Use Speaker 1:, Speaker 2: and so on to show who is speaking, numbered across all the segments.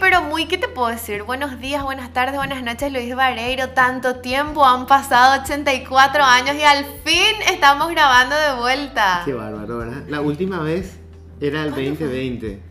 Speaker 1: pero muy, ¿qué te puedo decir? Buenos días, buenas tardes, buenas noches, Luis Vareiro. Tanto tiempo, han pasado 84 años y al fin estamos grabando de vuelta.
Speaker 2: Qué bárbaro, ¿verdad? La última vez era el 2020.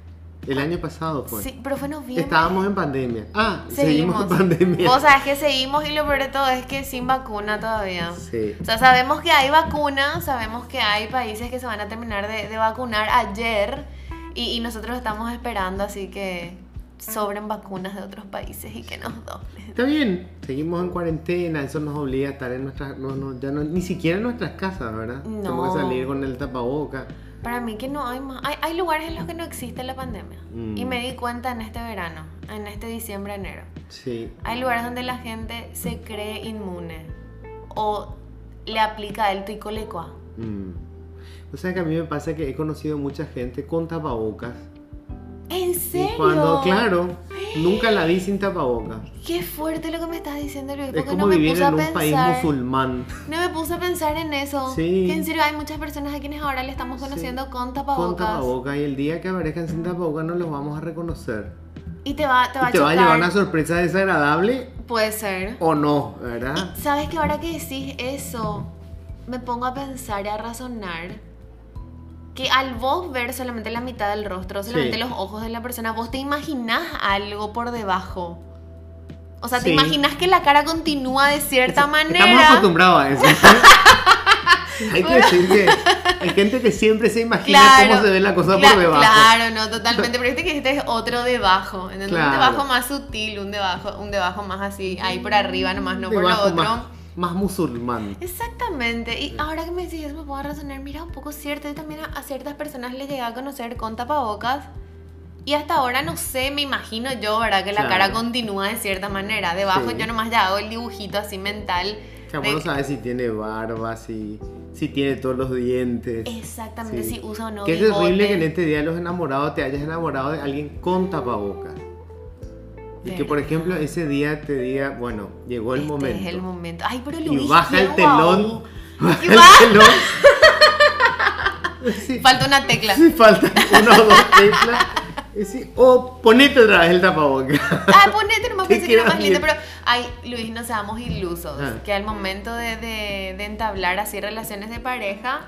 Speaker 2: El año pasado fue.
Speaker 1: Sí, pero fue noviembre.
Speaker 2: Estábamos en pandemia. Ah, seguimos, en pandemia.
Speaker 1: Vos sabés que seguimos y lo peor de todo es que sin vacuna todavía.
Speaker 2: Sí.
Speaker 1: O sea, sabemos que hay vacuna, sabemos que hay países que se van a terminar de, de vacunar ayer y, y nosotros estamos esperando, así que sobren vacunas de otros países y que nos doblen.
Speaker 2: Está bien, seguimos en cuarentena, eso nos obliga a estar en nuestras, no, no, ya no, ni siquiera en nuestras casas, ¿verdad?
Speaker 1: No.
Speaker 2: Tenemos que salir con el tapaboca.
Speaker 1: Para mí que no hay más. Hay, hay lugares en los que no existe la pandemia.
Speaker 2: Mm.
Speaker 1: Y me di cuenta en este verano, en este diciembre, enero.
Speaker 2: Sí,
Speaker 1: Hay lugares donde la gente se cree inmune o le aplica el ticolecoa.
Speaker 2: Mm. O sea que a mí me pasa que he conocido mucha gente con tapabocas.
Speaker 1: ¿En serio?
Speaker 2: Y cuando, claro, nunca la vi sin tapabocas.
Speaker 1: Qué fuerte lo que me estás diciendo, Luis.
Speaker 2: Es
Speaker 1: Porque
Speaker 2: como
Speaker 1: no me
Speaker 2: vivir
Speaker 1: puse a
Speaker 2: en un país
Speaker 1: pensar.
Speaker 2: musulmán.
Speaker 1: No me puse a pensar en eso.
Speaker 2: Sí.
Speaker 1: Que en serio hay muchas personas a quienes ahora le estamos
Speaker 2: Sí.
Speaker 1: conociendo con
Speaker 2: Con
Speaker 1: tapabocas.
Speaker 2: tapabocas. Y el día que aparezcan sin tapabocas no los vamos a reconocer.
Speaker 1: Y te va, te va
Speaker 2: y te
Speaker 1: a
Speaker 2: va a
Speaker 1: chocar.
Speaker 2: llevar una sorpresa desagradable
Speaker 1: Puede ser.
Speaker 2: o no, ¿verdad?
Speaker 1: ¿Sabes que ahora que decís eso, me pongo a pensar y a razonar que al vos ver solamente la mitad del rostro, solamente
Speaker 2: Sí.
Speaker 1: los ojos de la persona, vos te imaginás algo por debajo. O sea, te
Speaker 2: Sí.
Speaker 1: imaginás que la cara continúa de cierta
Speaker 2: Estamos
Speaker 1: manera.
Speaker 2: acostumbrados a eso. Hay que decir que hay gente que siempre se imagina cómo se ve la cosa
Speaker 1: cla-
Speaker 2: por debajo.
Speaker 1: Claro, no, totalmente. Pero este que este es otro debajo. ¿entendés? Un
Speaker 2: Claro.
Speaker 1: debajo más sutil, un debajo, un debajo más así, ahí por arriba nomás, no por lo
Speaker 2: Debajo
Speaker 1: otro.
Speaker 2: más, más musulmán.
Speaker 1: Exactamente, y ahora que me decís eso me puedo razonar, mira, un poco cierto, yo también a, a ciertas personas les llegué a conocer con tapabocas y hasta ahora no sé, me imagino yo, ¿verdad? Que la
Speaker 2: Claro.
Speaker 1: cara continúa de cierta manera, debajo
Speaker 2: Sí.
Speaker 1: yo nomás ya hago el dibujito así mental.
Speaker 2: O sea,
Speaker 1: de-
Speaker 2: vos no sabes si tiene barba, si, si tiene todos los dientes.
Speaker 1: Exactamente,
Speaker 2: Sí.
Speaker 1: si usa o no.
Speaker 2: Qué
Speaker 1: bigote.
Speaker 2: terrible que en este día de los enamorados te hayas enamorado de alguien con tapabocas. Y que, por
Speaker 1: Verdad.
Speaker 2: ejemplo, ese día te diga, bueno, llegó el
Speaker 1: Este
Speaker 2: momento.
Speaker 1: Es el momento. Ay, pero
Speaker 2: Y
Speaker 1: Luis,
Speaker 2: baja el
Speaker 1: qué guau.
Speaker 2: telón. Baja
Speaker 1: Y
Speaker 2: el
Speaker 1: baja.
Speaker 2: telón. Sí,
Speaker 1: Falta una tecla.
Speaker 2: sí, falta una o dos teclas. Y sí, o ponete otra vez el tapabocas.
Speaker 1: Ah, ponete nomás
Speaker 2: Te
Speaker 1: pensé que era
Speaker 2: queda
Speaker 1: más lindo,
Speaker 2: bien.
Speaker 1: pero ay, Luis, no seamos ilusos.
Speaker 2: Ah.
Speaker 1: Que al momento de, de- de entablar así relaciones de pareja,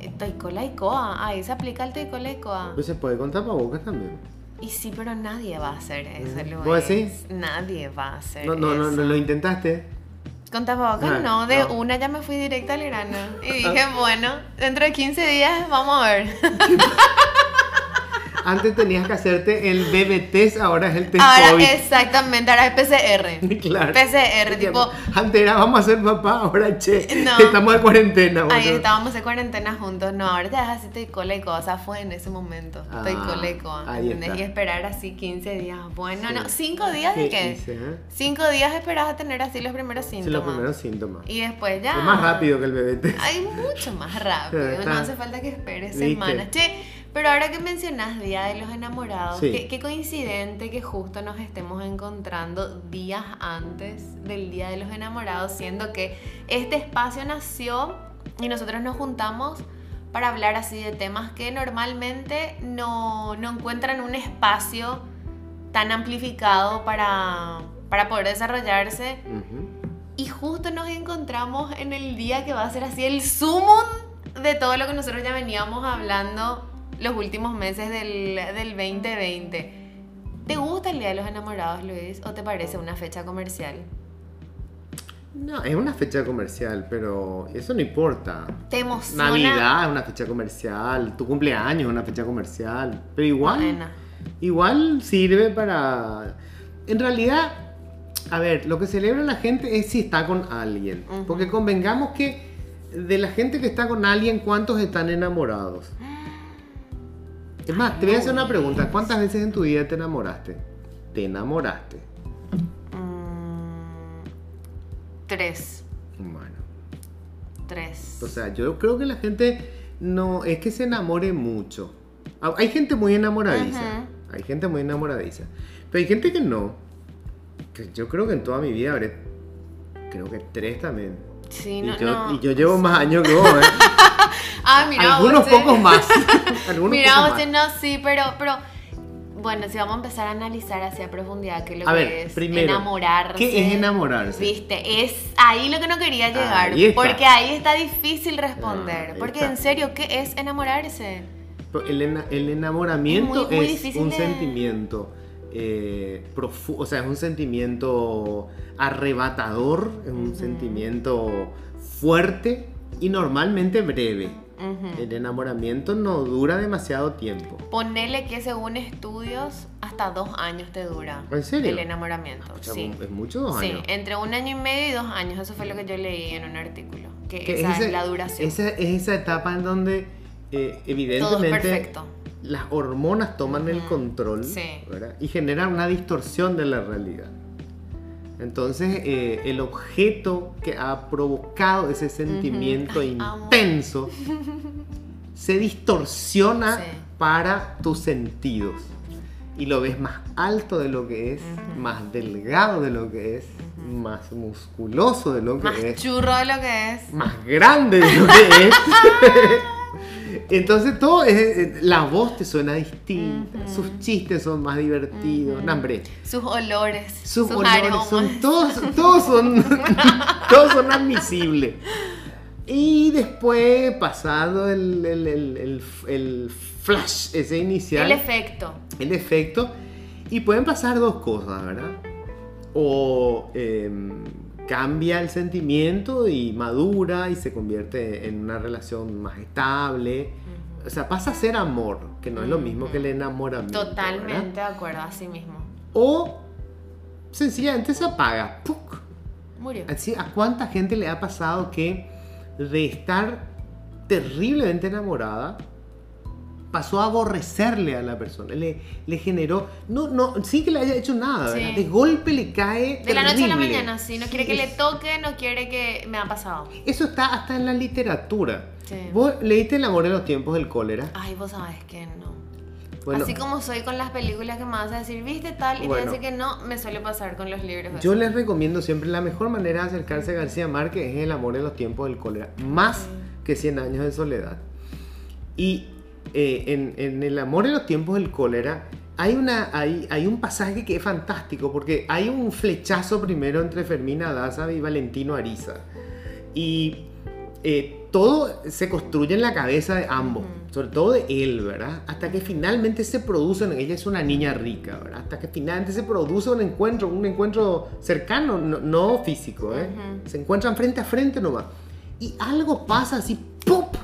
Speaker 1: eh, toicola y coa. Ahí se aplica el toicola y coa.
Speaker 2: Pues se puede con tapabocas también.
Speaker 1: Y sí, pero nadie va a hacer eso, Luis.
Speaker 2: ¿Vos decís?
Speaker 1: Nadie va a hacer
Speaker 2: No, no, no,
Speaker 1: eso.
Speaker 2: no lo intentaste.
Speaker 1: Con tapabocas
Speaker 2: Ah,
Speaker 1: no, de
Speaker 2: no.
Speaker 1: una ya me fui directa al grano. Y dije, bueno, dentro de 15 días vamos a ver.
Speaker 2: Antes tenías que hacerte el BBT, ahora es el test
Speaker 1: Ahora,
Speaker 2: COVID.
Speaker 1: exactamente, ahora es PCR.
Speaker 2: Claro.
Speaker 1: PCR, tipo,
Speaker 2: Antes era vamos a ser papá, ahora che.
Speaker 1: No.
Speaker 2: Estamos de cuarentena,
Speaker 1: Ahí
Speaker 2: boludo.
Speaker 1: estábamos en cuarentena juntos. No, ahora te das así estoy coleco. O sea, fue en ese momento.
Speaker 2: Ah,
Speaker 1: Estoy coleco.
Speaker 2: ahí
Speaker 1: ¿entendés?
Speaker 2: está.
Speaker 1: Y esperar así 15 días. Bueno,
Speaker 2: Sí.
Speaker 1: no, 5 días de qué?
Speaker 2: hice, eh?
Speaker 1: 5 días esperabas a tener así los primeros
Speaker 2: Sí,
Speaker 1: síntomas.
Speaker 2: los primeros síntomas.
Speaker 1: Y después ya.
Speaker 2: Es más rápido que el BBT.
Speaker 1: Hay mucho más
Speaker 2: Pero
Speaker 1: rápido.
Speaker 2: está-
Speaker 1: No hace falta que esperes
Speaker 2: ¿Viste?
Speaker 1: semanas. Che, pero ahora que mencionas Día de los Enamorados,
Speaker 2: Sí.
Speaker 1: qué, qué coincidente que justo nos estemos encontrando días antes del Día de los Enamorados, siendo que este espacio nació y nosotros nos juntamos para hablar así de temas que normalmente no, no encuentran un espacio tan amplificado para, para poder desarrollarse.
Speaker 2: Ujú.
Speaker 1: Y justo nos encontramos en el día que va a ser así el sumum de todo lo que nosotros ya veníamos hablando los últimos meses del, del 2020. ¿Te gusta el Día de los Enamorados, Luis? ¿O te parece una fecha comercial?
Speaker 2: No, es una fecha comercial, pero eso no importa.
Speaker 1: ¿Te emociona?
Speaker 2: Navidad es una fecha comercial, tu cumpleaños es una fecha comercial, pero igual,
Speaker 1: Buena.
Speaker 2: igual sirve para... En realidad, a ver, lo que celebra la gente es si está con alguien,
Speaker 1: Ujú.
Speaker 2: porque convengamos que de la gente que está con alguien, ¿cuántos están enamorados? Es más, te voy a hacer una pregunta, ¿cuántas veces en tu vida te enamoraste? Te enamoraste.
Speaker 1: Mm, tres.
Speaker 2: Bueno.
Speaker 1: Tres.
Speaker 2: O sea, yo creo que la gente no es que se enamore mucho. Ah, Hay gente muy enamoradiza.
Speaker 1: Ajá.
Speaker 2: Hay gente muy enamoradiza. Pero hay gente que no. Que yo creo que en toda mi vida habré. Creo que tres también.
Speaker 1: sí,
Speaker 2: y,
Speaker 1: no,
Speaker 2: yo,
Speaker 1: no.
Speaker 2: y yo llevo más años que vos, ¿eh?
Speaker 1: Ah, mira,
Speaker 2: Algunos
Speaker 1: vos, eh.
Speaker 2: pocos más. Algunos
Speaker 1: Mira,
Speaker 2: pocos
Speaker 1: o sea,
Speaker 2: más.
Speaker 1: no, sí, pero, pero Bueno, si vamos a empezar a analizar hacia profundidad qué es lo
Speaker 2: A
Speaker 1: que
Speaker 2: ver,
Speaker 1: es
Speaker 2: primero,
Speaker 1: enamorarse.
Speaker 2: ¿qué es enamorarse?
Speaker 1: Viste, es ahí lo que no quería llegar.
Speaker 2: Ahí está.
Speaker 1: porque ahí está difícil
Speaker 2: Ah,
Speaker 1: responder.
Speaker 2: ahí
Speaker 1: porque
Speaker 2: está.
Speaker 1: en serio, ¿qué es enamorarse?
Speaker 2: Pero El, ena- el enamoramiento
Speaker 1: Es muy- muy
Speaker 2: es,
Speaker 1: difícil
Speaker 2: un
Speaker 1: de-
Speaker 2: sentimiento eh, profu- o sea, es un sentimiento arrebatador, es un sentimiento fuerte y normalmente breve.
Speaker 1: Ujú.
Speaker 2: El enamoramiento no dura demasiado tiempo.
Speaker 1: Ponele que según estudios, hasta dos años te dura.
Speaker 2: ¿En serio?
Speaker 1: El enamoramiento.
Speaker 2: O sea,
Speaker 1: sí.
Speaker 2: Es muchos dos
Speaker 1: Sí, eh,
Speaker 2: años.
Speaker 1: entre un año y medio y dos años. Eso fue lo que yo leí en un artículo. Que,
Speaker 2: Que
Speaker 1: esa
Speaker 2: ese-
Speaker 1: es la duración.
Speaker 2: Esa es esa etapa en donde
Speaker 1: Todo
Speaker 2: eh,
Speaker 1: es
Speaker 2: evidentemente
Speaker 1: perfecto.
Speaker 2: las hormonas toman el
Speaker 1: Ujú,
Speaker 2: control
Speaker 1: sí.
Speaker 2: ¿verdad? y generan una distorsión de la realidad. Entonces eh, el objeto que ha provocado ese sentimiento
Speaker 1: Ay, amo.
Speaker 2: intenso se distorsiona
Speaker 1: Sí.
Speaker 2: para tus sentidos. Y lo ves más alto de lo que es, más delgado de lo que es, más musculoso de lo que
Speaker 1: Más
Speaker 2: es
Speaker 1: churro de lo que es.
Speaker 2: más grande de lo que es. Entonces todo es, eh, la voz te suena distinta, sus chistes son más divertidos, no, hombre,
Speaker 1: Sus olores.
Speaker 2: sus,
Speaker 1: Sus,
Speaker 2: olores
Speaker 1: aromas.
Speaker 2: son todos, todos son, todos son admisibles. Y después pasado el, el- el- el- el flash ese inicial,
Speaker 1: El efecto.
Speaker 2: el efecto. Y pueden pasar dos cosas, ¿verdad? O eh, cambia el sentimiento y madura y se convierte en una relación más estable. O sea, pasa a ser amor, que no es lo mismo que el enamoramiento. ¿verdad?
Speaker 1: Totalmente de acuerdo, así mismo.
Speaker 2: O sencillamente se apaga. ¡puc!
Speaker 1: Murió.
Speaker 2: Así, ¿A cuánta gente le ha pasado que de estar terriblemente enamorada pasó a aborrecerle a la persona? Le, le generó. No, no, sí que le haya hecho nada,
Speaker 1: Sí.
Speaker 2: ¿verdad? De golpe le cae.
Speaker 1: De la noche a la
Speaker 2: terrible.
Speaker 1: mañana, sí. No quiere que le toque, no quiere que. Me ha pasado.
Speaker 2: Eso está hasta en la literatura.
Speaker 1: Sí.
Speaker 2: ¿Vos leíste El amor en los tiempos del cólera?
Speaker 1: Ay, vos sabés que no.
Speaker 2: Bueno,
Speaker 1: Ah, Así como soy con las películas que me vas a decir, viste tal, y
Speaker 2: Bueno.
Speaker 1: te voy a decir que no, me suele pasar con los libros.
Speaker 2: yo
Speaker 1: así.
Speaker 2: les recomiendo siempre la mejor manera de acercarse a García Márquez es El amor en los tiempos del cólera, más que Cien años de soledad. Y eh, en, en El amor en los tiempos del cólera hay, una, hay, hay un pasaje que es fantástico, porque hay un flechazo primero entre Fermina Daza y Valentino Ariza. Y eh, todo se construye en la cabeza de ambos, sobre todo de él, ¿verdad? Hasta que finalmente se produce, ella es una niña rica, ¿verdad? Hasta que finalmente se produce un encuentro, un encuentro cercano, no, no físico, ¿eh?
Speaker 1: Ujú.
Speaker 2: Se encuentran frente a frente nomás. Y algo pasa así, ¡pop!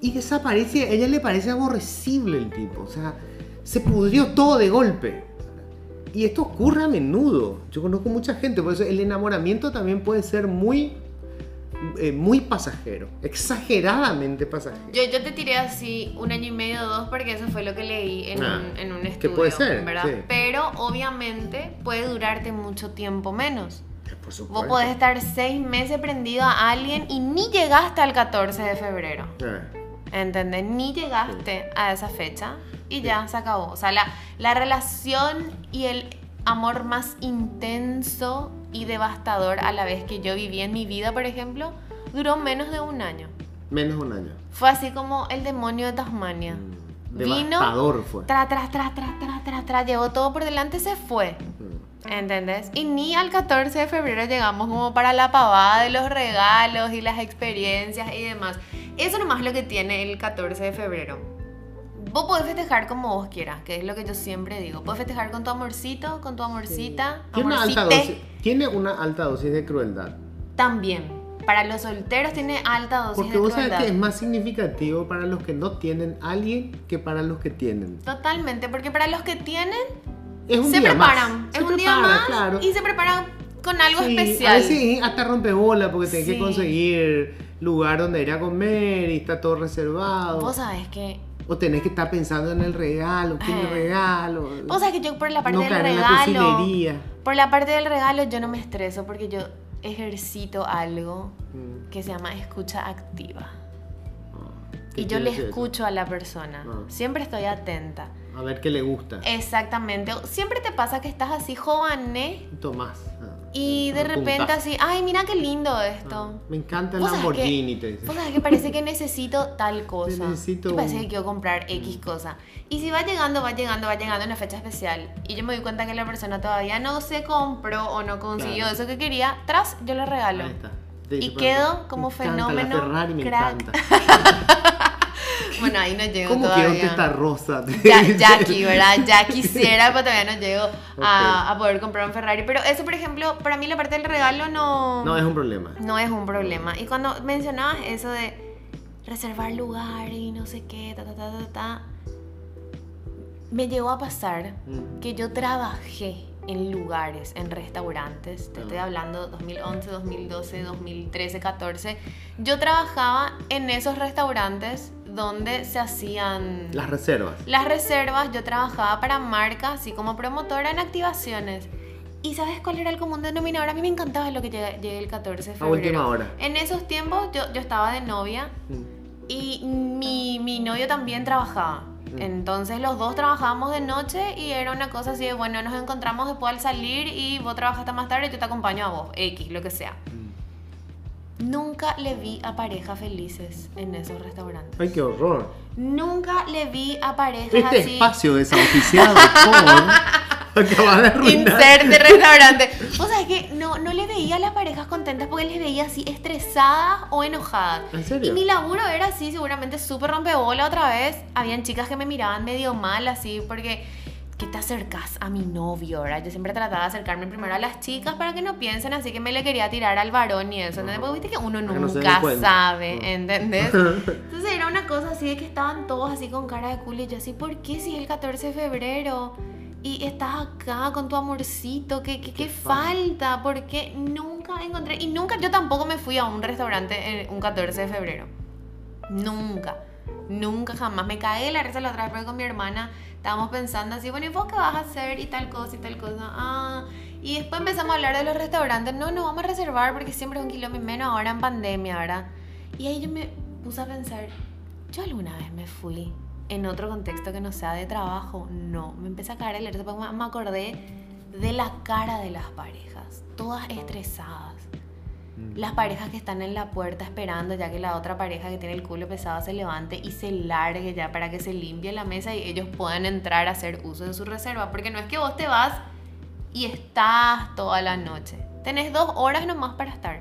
Speaker 2: Y desaparece, a ella le parece aborrecible el tipo, o sea, se pudrió todo de golpe. Y esto ocurre a menudo. Yo conozco mucha gente, por eso el enamoramiento también puede ser muy, eh, muy pasajero, exageradamente pasajero.
Speaker 1: Yo, yo te tiré así un año y medio o dos porque eso fue lo que leí en,
Speaker 2: Ah,
Speaker 1: un, en un estudio.
Speaker 2: que puede ser,
Speaker 1: ¿verdad?
Speaker 2: sí.
Speaker 1: Pero obviamente puede durarte mucho tiempo menos.
Speaker 2: Por
Speaker 1: Vos
Speaker 2: supuesto.
Speaker 1: podés estar seis meses prendido a alguien y ni llegaste al 14 de febrero.
Speaker 2: Ah,
Speaker 1: ¿Entendés? Ni llegaste a esa fecha y ya se acabó. O sea, la, la relación y el amor más intenso y devastador a la vez que yo viví en mi vida, por ejemplo, duró menos de un año.
Speaker 2: menos un año.
Speaker 1: Fue así como el demonio de Tasmania.
Speaker 2: Mm.
Speaker 1: Vino,
Speaker 2: Devastador fue.
Speaker 1: tra, tra, tra, tra, tra, tra, tra, llevó todo por delante y se fue.
Speaker 2: Mm.
Speaker 1: ¿Entendés? Y ni al 14 de febrero llegamos como para la pavada de los regalos y las experiencias y demás. Eso nomás es lo que tiene el 14 de febrero. Vos podés festejar como vos quieras, que es lo que yo siempre digo. Podés festejar con tu amorcito, con tu amorcita,
Speaker 2: Tiene una, alta
Speaker 1: amorcite.
Speaker 2: dosis, tiene una alta dosis de crueldad.
Speaker 1: También. Para los solteros tiene alta dosis
Speaker 2: Porque
Speaker 1: de
Speaker 2: vos sabés
Speaker 1: crueldad.
Speaker 2: que es más significativo para los que no tienen alguien que para los que tienen.
Speaker 1: Totalmente, porque para los que tienen,
Speaker 2: Es un
Speaker 1: se
Speaker 2: día
Speaker 1: preparan.
Speaker 2: más.
Speaker 1: Es
Speaker 2: Se
Speaker 1: un día
Speaker 2: prepara,
Speaker 1: más
Speaker 2: claro.
Speaker 1: y se preparan con algo
Speaker 2: Sí,
Speaker 1: especial.
Speaker 2: A veces hasta rompe bola porque tenés que
Speaker 1: Sí.
Speaker 2: conseguir lugar donde ir a comer y está todo reservado.
Speaker 1: Vos sabés que
Speaker 2: O tenés que estar pensando en el regalo, ¿quién el
Speaker 1: Eh.
Speaker 2: regalo?
Speaker 1: Vos sabés que yo por la parte
Speaker 2: no
Speaker 1: del
Speaker 2: caer en la
Speaker 1: regalo.
Speaker 2: cursilería.
Speaker 1: por la parte del regalo yo no me estreso porque yo ejercito algo que se llama escucha activa.
Speaker 2: ¿Qué
Speaker 1: Y yo
Speaker 2: quiere
Speaker 1: le
Speaker 2: decir eso?
Speaker 1: escucho a la persona.
Speaker 2: Ah.
Speaker 1: Siempre estoy atenta.
Speaker 2: A
Speaker 1: Eh.
Speaker 2: ver qué le gusta.
Speaker 1: Exactamente. Siempre te pasa que estás así joven
Speaker 2: Tomás. Ah.
Speaker 1: Y de
Speaker 2: Apuntaste.
Speaker 1: repente así, ay, mira qué lindo esto.
Speaker 2: Me encanta el
Speaker 1: Vos sabés
Speaker 2: Lamborghini, te dice.
Speaker 1: Vos sabés que parece que necesito tal cosa.
Speaker 2: necesito
Speaker 1: que parece
Speaker 2: un- Mm.
Speaker 1: que quiero comprar X cosa. Y si va llegando, va llegando, va llegando en una fecha especial. Y yo me doy cuenta que la persona todavía no se compró o no consiguió
Speaker 2: Claro.
Speaker 1: eso que quería. Tras, yo lo regalo.
Speaker 2: Ahí está. Te
Speaker 1: Y
Speaker 2: dice,
Speaker 1: quedo como
Speaker 2: me encanta
Speaker 1: fenómeno
Speaker 2: La Ferrari me
Speaker 1: crack.
Speaker 2: encanta.
Speaker 1: Bueno, ahí no llego
Speaker 2: ¿Cómo quiero
Speaker 1: todavía.
Speaker 2: que esta rosa? te
Speaker 1: Ya,
Speaker 2: dice.
Speaker 1: Jackie, ¿verdad? Ya quisiera, pero todavía no llego a, a poder comprar un Ferrari. Pero eso, por ejemplo, para mí la parte del regalo no,
Speaker 2: No, es un problema.
Speaker 1: no es un problema. Y cuando mencionabas eso de reservar lugares y no sé qué, ta, ta, ta, ta, ta, me llegó a pasar
Speaker 2: Mm.
Speaker 1: que yo trabajé en lugares, en restaurantes, te
Speaker 2: Ah.
Speaker 1: estoy hablando 2011, 2012, 2013, 14, yo trabajaba en esos restaurantes donde se hacían...
Speaker 2: Las reservas.
Speaker 1: Las reservas, yo trabajaba para marcas, así como promotora en activaciones. ¿Y sabes cuál era el común denominador? A mí me encantaba lo que llegué, llegué el 14 de
Speaker 2: A
Speaker 1: febrero.
Speaker 2: última hora.
Speaker 1: En esos tiempos yo, yo estaba de novia
Speaker 2: Mm.
Speaker 1: y mi, mi novio también trabajaba.
Speaker 2: Mm.
Speaker 1: Entonces los dos trabajábamos de noche y era una cosa así de, bueno, nos encontramos después al salir y vos trabajas hasta más tarde, yo te acompaño a vos, X, lo que sea.
Speaker 2: Mm.
Speaker 1: Nunca le vi a parejas felices en esos restaurantes.
Speaker 2: Ay, qué horror.
Speaker 1: Nunca le vi a parejas
Speaker 2: Este
Speaker 1: así.
Speaker 2: espacio desahuciado por... Acaba de arruinar.
Speaker 1: Insert de restaurante. O sea, es que no, no le veía a las parejas contentas porque les veía así estresadas o enojadas.
Speaker 2: ¿En serio?
Speaker 1: Y mi laburo era así, seguramente súper rompebola otra vez. Habían chicas que me miraban medio mal así porque... Que te acercas a mi novio, ¿verdad? Yo siempre trataba de acercarme primero a las chicas para que no piensen así que me le quería tirar al varón y eso. ¿entendés?
Speaker 2: Ajá.
Speaker 1: Porque viste que uno
Speaker 2: Para que no se den
Speaker 1: nunca
Speaker 2: cuenta.
Speaker 1: sabe,
Speaker 2: Ajá.
Speaker 1: ¿entendés? Entonces era una cosa así de que estaban todos así con cara de culo y yo así, ¿por qué si es el 14 de febrero? Y estás acá con tu amorcito, ¿qué, qué, qué falta? Porque nunca encontré, y nunca, yo tampoco me fui a un restaurante en un 14 de febrero. Nunca, nunca jamás. Me caí de la risa la otra vez porque con mi hermana estábamos pensando así, bueno, ¿y vos qué vas a hacer? Y tal cosa y tal cosa. Ah. Y después empezamos a hablar de los restaurantes. No, no vamos a reservar porque siempre es un kilómetro menos ahora en pandemia, ¿verdad? Y ahí yo me puse a pensar, yo alguna vez me fui en otro contexto que no sea de trabajo. No, me empecé a caer el alerta porque me- me acordé de la cara de las parejas, todas estresadas.
Speaker 2: Mm.
Speaker 1: Las parejas que están en la puerta esperando ya que la otra pareja que tiene el culo pesado se levante y se largue ya para que se limpie la mesa y ellos puedan entrar a hacer uso de su reserva. Porque no es que vos te vas y estás toda la noche. Tenés dos horas nomás para estar.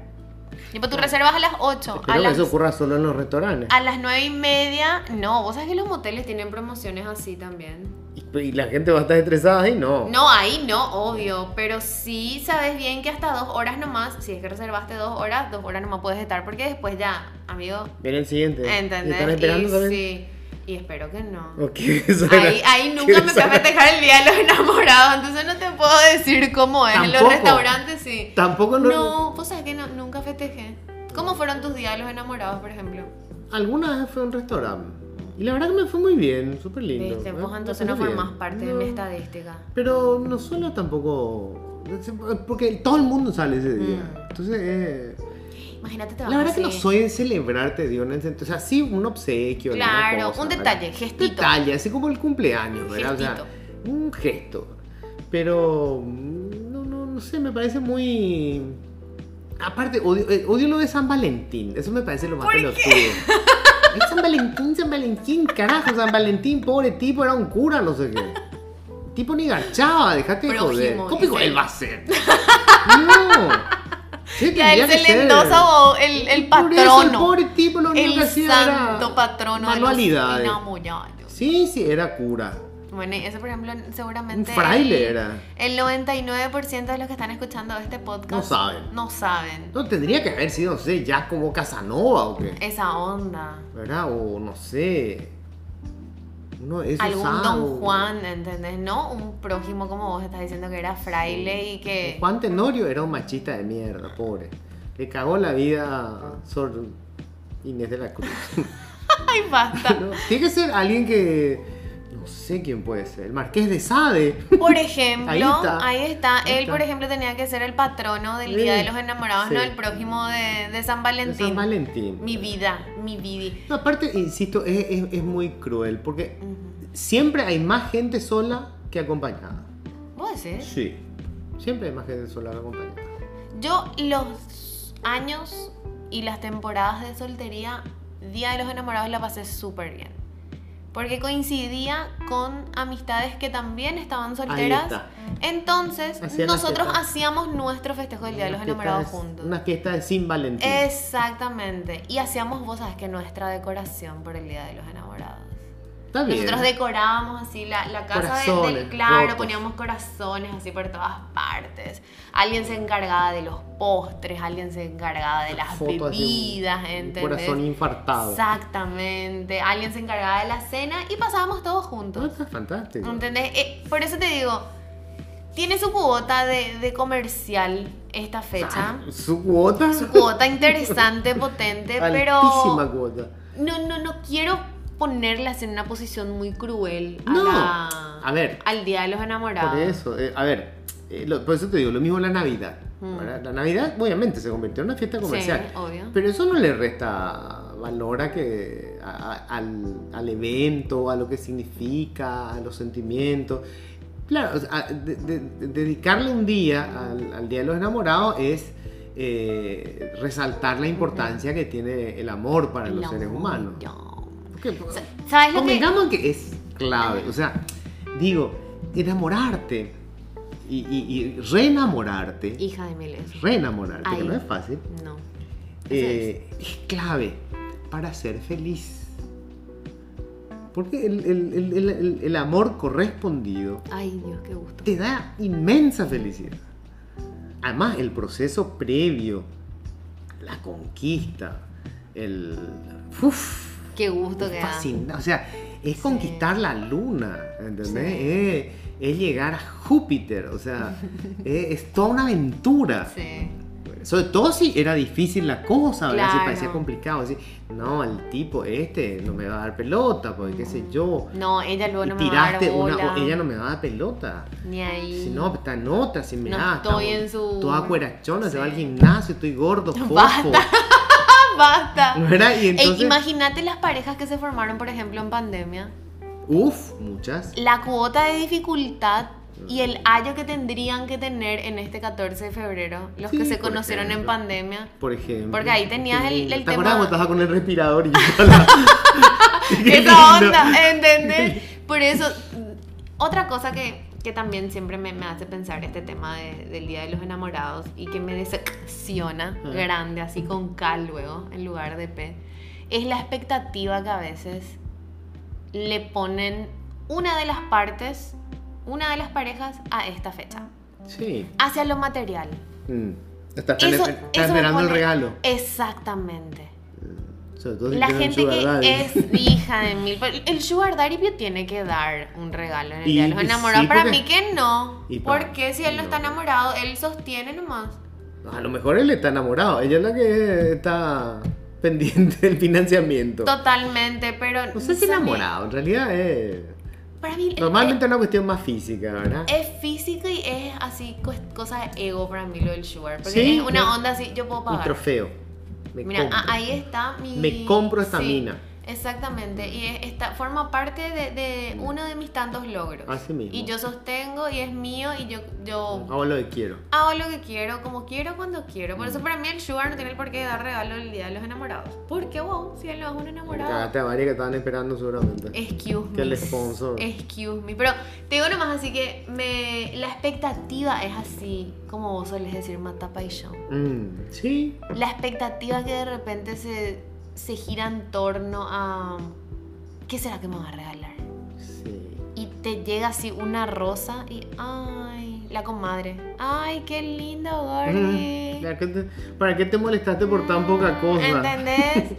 Speaker 1: Y pues tú reservas a las 8.
Speaker 2: Espero
Speaker 1: A
Speaker 2: que
Speaker 1: las,
Speaker 2: eso ocurra solo en los restaurantes.
Speaker 1: a las 9 y media. No, vos sabés que los moteles tienen promociones así también.
Speaker 2: Y, y la gente va a estar estresada ahí, no.
Speaker 1: No, ahí no, obvio. Pero sí sabes bien que hasta dos horas nomás, si es que reservaste dos horas, dos horas nomás puedes estar. Porque después ya, amigo,
Speaker 2: Viene el siguiente. ¿Y
Speaker 1: ¿entendés?
Speaker 2: ¿Están esperando
Speaker 1: y,
Speaker 2: también?
Speaker 1: Sí, y espero que no.
Speaker 2: ¿O qué? Eso era-
Speaker 1: Ahí, ahí
Speaker 2: ¿qué
Speaker 1: nunca me
Speaker 2: eso
Speaker 1: fui a
Speaker 2: era?
Speaker 1: festejar el día de los enamorados, entonces no te puedo decir cómo es. En los
Speaker 2: Tampoco.
Speaker 1: restaurantes sí.
Speaker 2: Tampoco lo...
Speaker 1: No, pues sabes que no, nunca festejé. ¿Cómo fueron tus días de los enamorados, por ejemplo?
Speaker 2: Alguna vez fue a un restaurante. Y la verdad que me fue muy bien, súper lindo.
Speaker 1: Viste,
Speaker 2: Me-
Speaker 1: vos
Speaker 2: me
Speaker 1: entonces
Speaker 2: fue
Speaker 1: no
Speaker 2: muy bien.
Speaker 1: formás parte de
Speaker 2: No,
Speaker 1: mi estadística.
Speaker 2: Pero no suelo tampoco... Porque todo el mundo sale ese día.
Speaker 1: Mm.
Speaker 2: Entonces... eh,
Speaker 1: Imagínate, te vas
Speaker 2: La verdad que no
Speaker 1: así.
Speaker 2: soy en celebrarte, Dios. en el sentido- O sea, sí, un obsequio. alguna
Speaker 1: Claro,
Speaker 2: cosa,
Speaker 1: un
Speaker 2: ¿verdad?
Speaker 1: detalle, gestito.
Speaker 2: Detalle, así como el cumpleaños, ¿verdad? O sea, un gesto. Pero. mm, No, no, no sé, me parece muy. Aparte, odio, eh, odio lo de San Valentín. Eso me parece lo más pelotudo. Es San Valentín, San Valentín, carajo, San Valentín, pobre tipo, era un cura, no sé qué. Tipo ni garchaba, dejate de
Speaker 1: Prójimo,
Speaker 2: joder. ¿Cómo
Speaker 1: dice.
Speaker 2: él va a ser? No. Sí,
Speaker 1: Ya
Speaker 2: tendría
Speaker 1: él se
Speaker 2: que ser.
Speaker 1: le endosa o el, el
Speaker 2: Por eso el
Speaker 1: patrono.
Speaker 2: pobre tipo lo único
Speaker 1: El,
Speaker 2: que hacía era
Speaker 1: santo patrono de
Speaker 2: manualidades.
Speaker 1: los enamorados.
Speaker 2: Sí, sí, era cura.
Speaker 1: Bueno, y eso por ejemplo
Speaker 2: Un
Speaker 1: seguramente...
Speaker 2: fraile
Speaker 1: el-
Speaker 2: era.
Speaker 1: El 99% de los que están escuchando este podcast...
Speaker 2: No saben.
Speaker 1: No saben.
Speaker 2: No tendría que haber sido, no sé, ya como Casanova o qué.
Speaker 1: Esa onda.
Speaker 2: ¿Verdad? O no sé. Uno de esos
Speaker 1: Algún
Speaker 2: sabios.
Speaker 1: Don Juan, ¿entendés? No un prójimo como vos estás diciendo que era fraile y que...
Speaker 2: Juan Tenorio era un machista de mierda, pobre. Le cagó la vida a Sor Inés de la Cruz.
Speaker 1: ¡Ay, basta!
Speaker 2: ¿no? Tiene que ser alguien que. No sé quién puede ser. El Marqués de Sade.
Speaker 1: Por ejemplo, ahí
Speaker 2: Ahí
Speaker 1: está.
Speaker 2: está.
Speaker 1: Él,
Speaker 2: Ahí está.
Speaker 1: por ejemplo, tenía que ser el patrono del Día
Speaker 2: Sí.
Speaker 1: de los Enamorados,
Speaker 2: Sí.
Speaker 1: no el prójimo de, de San
Speaker 2: de
Speaker 1: Valentín.
Speaker 2: San Valentín.
Speaker 1: Mi vida, mi vida.
Speaker 2: No, aparte, insisto, es, es- es muy cruel porque
Speaker 1: Ujú.
Speaker 2: siempre hay más gente sola que acompañada.
Speaker 1: ¿Vos decís?
Speaker 2: Sí. Siempre hay más gente sola que acompañada.
Speaker 1: Yo los años y las temporadas de soltería, Día de los Enamorados la pasé súper bien. Porque coincidía con amistades que también estaban solteras.
Speaker 2: está.
Speaker 1: Entonces,
Speaker 2: Hacían las
Speaker 1: nosotros
Speaker 2: fiestas.
Speaker 1: hacíamos nuestro festejo del Día de los
Speaker 2: Una
Speaker 1: Enamorados
Speaker 2: fiesta de-
Speaker 1: juntos.
Speaker 2: Una fiesta de Sin Valentín.
Speaker 1: Exactamente. Y hacíamos, vos sabes que nuestra decoración por el Día de los Enamorados.
Speaker 2: Está bien.
Speaker 1: Nosotros decorábamos así la, la casa de-
Speaker 2: Corazones,
Speaker 1: del claro,
Speaker 2: rotos.
Speaker 1: poníamos corazones así por todas partes. Alguien se encargaba de los postres, alguien se encargaba de las
Speaker 2: Foto así, un-
Speaker 1: bebidas,
Speaker 2: un
Speaker 1: ¿entendés?
Speaker 2: Corazón infartado.
Speaker 1: Exactamente. Alguien se encargaba de la cena y pasábamos todos
Speaker 2: No,
Speaker 1: juntos.
Speaker 2: está fantástico.
Speaker 1: ¿Entendés? Eh, por eso te digo, tiene su cuota de, de comercial esta fecha.
Speaker 2: Su cuota.
Speaker 1: ¿ah? Su cuota interesante, potente, pero
Speaker 2: Altísima cuota.
Speaker 1: no, no, no quiero ponerlas en una posición muy cruel a
Speaker 2: No.
Speaker 1: la-
Speaker 2: A ver.
Speaker 1: al día de los enamorados.
Speaker 2: Por eso, eh, a ver, eh, lo- por eso te digo, lo mismo la Navidad.
Speaker 1: Mm.
Speaker 2: ¿verdad? La Navidad obviamente se convirtió en una fiesta comercial.
Speaker 1: Sí, obvio.
Speaker 2: Pero eso no le resta valor a que, a- a- al, al evento, a lo que significa, a los sentimientos. Claro, o sea, a- de- de- de- dedicarle un día al, al Día de los Enamorados es eh, resaltar la importancia que tiene el amor para los
Speaker 1: La
Speaker 2: seres humanos.
Speaker 1: unión.
Speaker 2: Porque- pues,
Speaker 1: Sa- ¿Sabes lo que?
Speaker 2: Convengamos que es clave. O sea, digo, enamorarte y, y, y reenamorarte,
Speaker 1: Hija de Miles.
Speaker 2: reenamorarte, que
Speaker 1: Ahí.
Speaker 2: no es fácil,
Speaker 1: No. Eso
Speaker 2: eh, es clave para ser feliz. Porque el, el- el- el- el- el amor correspondido
Speaker 1: es. Ay, Dios, qué gusto.
Speaker 2: te da inmensa felicidad. Además, el proceso previo, la conquista, el... uf,
Speaker 1: Qué gusto que da.
Speaker 2: fascina- O sea, es conquistar la luna, ¿entendés?
Speaker 1: Sí.
Speaker 2: Es, es llegar a Júpiter, o sea, es, es toda una aventura.
Speaker 1: Sí.
Speaker 2: Sobre todo si era difícil la cosa, ¿verdad? Si
Speaker 1: Claro.
Speaker 2: parecía complicado. Así, no, el tipo este no me va a dar pelota, porque qué sé yo.
Speaker 1: No, ella luego
Speaker 2: Y
Speaker 1: no me va a dar
Speaker 2: tiraste
Speaker 1: bola.
Speaker 2: una, o ella no me va a dar pelota.
Speaker 1: Ni ahí.
Speaker 2: Si no, pues, está en otra, si me
Speaker 1: No
Speaker 2: da.
Speaker 1: estoy
Speaker 2: está
Speaker 1: en su-
Speaker 2: Toda cuerachona, se va
Speaker 1: Sí.
Speaker 2: al gimnasio, estoy gordo, fofo.
Speaker 1: ¡Ah, basta!
Speaker 2: ¿Verdad? Y
Speaker 1: Ey,
Speaker 2: entonces.
Speaker 1: Imagínate las parejas que se formaron, por ejemplo, en pandemia.
Speaker 2: Uf, muchas.
Speaker 1: la cuota de dificultad y
Speaker 2: Mm.
Speaker 1: el año que tendrían que tener en este 14 de febrero, los
Speaker 2: Sí,
Speaker 1: que se
Speaker 2: por
Speaker 1: conocieron
Speaker 2: ejemplo.
Speaker 1: en pandemia.
Speaker 2: Por ejemplo.
Speaker 1: Porque ahí tenías
Speaker 2: Qué
Speaker 1: el-
Speaker 2: lindo.
Speaker 1: el
Speaker 2: ¿Te acuerdas
Speaker 1: tema-
Speaker 2: cuando estaba con el respirador y yo Qué
Speaker 1: Esa
Speaker 2: lindo.
Speaker 1: onda, ¿entendés? Por eso, mm, otra cosa que, que también siempre me, me hace pensar este tema de- del Día de los Enamorados y que me decepciona
Speaker 2: Ah.
Speaker 1: grande, así con K luego, en lugar de P, es la expectativa que a veces le ponen una de las partes, una de las parejas a esta fecha,
Speaker 2: Sí.
Speaker 1: hacia lo material.
Speaker 2: Mm. Estás
Speaker 1: Eso-
Speaker 2: esper- estás
Speaker 1: eso me
Speaker 2: esperando el
Speaker 1: pone-
Speaker 2: regalo.
Speaker 1: Exactamente.
Speaker 2: Sobre todo si
Speaker 1: La
Speaker 2: tienen
Speaker 1: gente
Speaker 2: sugar
Speaker 1: que
Speaker 2: daddy.
Speaker 1: es hija de mil. pero El Sugar Daddy me tiene que dar un regalo en el
Speaker 2: Y-
Speaker 1: día de los
Speaker 2: y
Speaker 1: enamorados.
Speaker 2: sí,
Speaker 1: Para
Speaker 2: porque-
Speaker 1: mí que no.
Speaker 2: Y para-
Speaker 1: Porque si él no está
Speaker 2: no.
Speaker 1: enamorado, él sostiene nomás.
Speaker 2: A lo mejor él está enamorado. Ella es la que está pendiente del financiamiento.
Speaker 1: Totalmente, pero.
Speaker 2: No sé si
Speaker 1: ¿sabe?
Speaker 2: enamorado. En realidad es.
Speaker 1: Para mí. el-
Speaker 2: Normalmente es una cuestión más física, ¿verdad?
Speaker 1: Es físico y es así cues- cosa de ego para mí lo del Sugar. Porque
Speaker 2: Sí,
Speaker 1: es una
Speaker 2: yo-
Speaker 1: onda así, yo puedo
Speaker 2: Un
Speaker 1: pagar.
Speaker 2: trofeo. Me
Speaker 1: Mira, ah,
Speaker 2: compro.
Speaker 1: a- ahí está mi.
Speaker 2: Me compro esta
Speaker 1: Sí,
Speaker 2: mina.
Speaker 1: Exactamente, y es- está, forma parte de, de uno de mis tantos logros.
Speaker 2: Así mismo.
Speaker 1: Y yo sostengo y es mío y yo, yo
Speaker 2: Hago lo que quiero.
Speaker 1: hago lo que quiero, como quiero, cuando quiero.
Speaker 2: Mm.
Speaker 1: Por eso para mí el sugar no tiene el por qué dar regalo el día de los enamorados. Porque wow, si él no es un
Speaker 2: Me
Speaker 1: enamorado.
Speaker 2: cagaste a varias que estaban esperando seguramente.
Speaker 1: Excuse me.
Speaker 2: Que el sponsor.
Speaker 1: Excuse me. Pero te digo nomás así que me, la expectativa es así, como vos solés decir, mata paixón.
Speaker 2: Mm, sí,
Speaker 1: La expectativa que de repente se, se gira en torno a ¿qué será que me va a regalar?
Speaker 2: sí.
Speaker 1: Y te llega así una rosa y ay, la comadre. Ay, qué linda, Gordy.
Speaker 2: Ya que te- Mm. ¿Para qué te molestaste por tan poca cosa?
Speaker 1: ¿Entendés?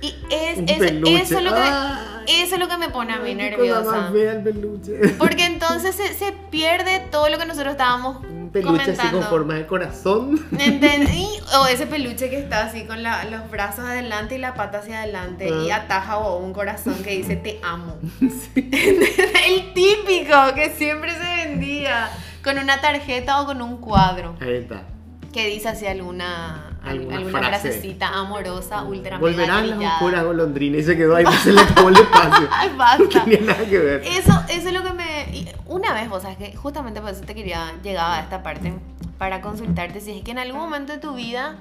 Speaker 1: Y es,
Speaker 2: Un
Speaker 1: es-
Speaker 2: peluche.
Speaker 1: eso, es lo que,
Speaker 2: Ay.
Speaker 1: eso es lo que me pone a mí
Speaker 2: Ay, qué cosa
Speaker 1: nerviosa.
Speaker 2: más fea el peluche.
Speaker 1: Porque entonces se, se pierde todo lo que nosotros estábamos
Speaker 2: Un peluche así
Speaker 1: comentando.
Speaker 2: con forma de corazón.
Speaker 1: ¿Entendí? O ese peluche que está así con la- los brazos adelante y la pata hacia adelante y
Speaker 2: Ah.
Speaker 1: ataja o un corazón que dice te amo. El típico que siempre se vendía con una tarjeta o con un cuadro
Speaker 2: Ahí está.
Speaker 1: que dice así alguna, al-
Speaker 2: Alguna
Speaker 1: alguna,
Speaker 2: frase.
Speaker 1: frasecita amorosa, ultra mega
Speaker 2: Volverán las
Speaker 1: trillada.
Speaker 2: oscuras golondrinas y se quedó ahí, no se le acabó el espacio.
Speaker 1: Ay,
Speaker 2: No
Speaker 1: basta.
Speaker 2: tenía nada que ver.
Speaker 1: Eso, eso es lo que me. y Una vez, vos sabes que justamente por eso te quería. Llegaba a esta parte. para consultarte si es que en algún momento de tu vida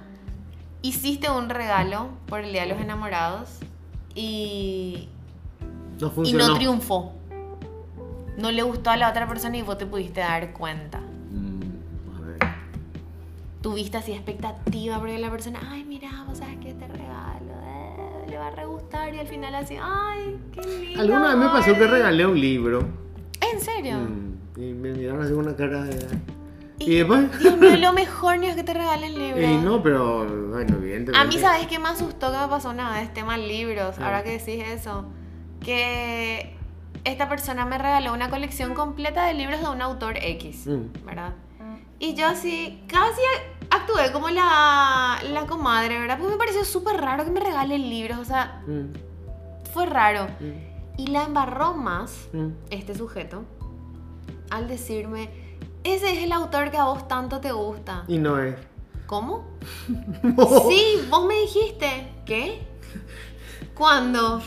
Speaker 1: hiciste un regalo por el Día de los Enamorados y,
Speaker 2: No
Speaker 1: y no
Speaker 2: funcionó.
Speaker 1: triunfó. No le gustó a la otra persona y vos te pudiste dar cuenta.
Speaker 2: Mm, a ver.
Speaker 1: Tuviste así expectativa porque la persona, ay, mira, vos sabes que te regalo, eh, le va a re gustar y al final así, ay, qué lindo.
Speaker 2: Alguna vez me pasó que
Speaker 1: ay".
Speaker 2: regalé un libro.
Speaker 1: ¿En serio?
Speaker 2: Mm, Y me miraron así con una cara de.
Speaker 1: Y-
Speaker 2: Y después.
Speaker 1: Dios mío, lo mejor ni es que te regalen libros.
Speaker 2: Y no, pero bueno, evidentemente.
Speaker 1: A mí, ¿sabes qué me asustó que me pasó una vez? Tema libros, ahora que decís eso. Que esta persona me regaló una colección completa de libros de un autor X,
Speaker 2: Mm.
Speaker 1: ¿verdad? Y yo así, casi actué como la, la comadre, ¿verdad? Porque me pareció súper raro que me regalen libros, o sea,
Speaker 2: Mm,
Speaker 1: fue raro.
Speaker 2: mm,
Speaker 1: Y la embarró más
Speaker 2: mm.
Speaker 1: este sujeto al decirme, ese es el autor que a vos tanto te gusta.
Speaker 2: Y no es.
Speaker 1: ¿Cómo? Sí, vos me dijiste. ¿Qué? ¿Cuándo?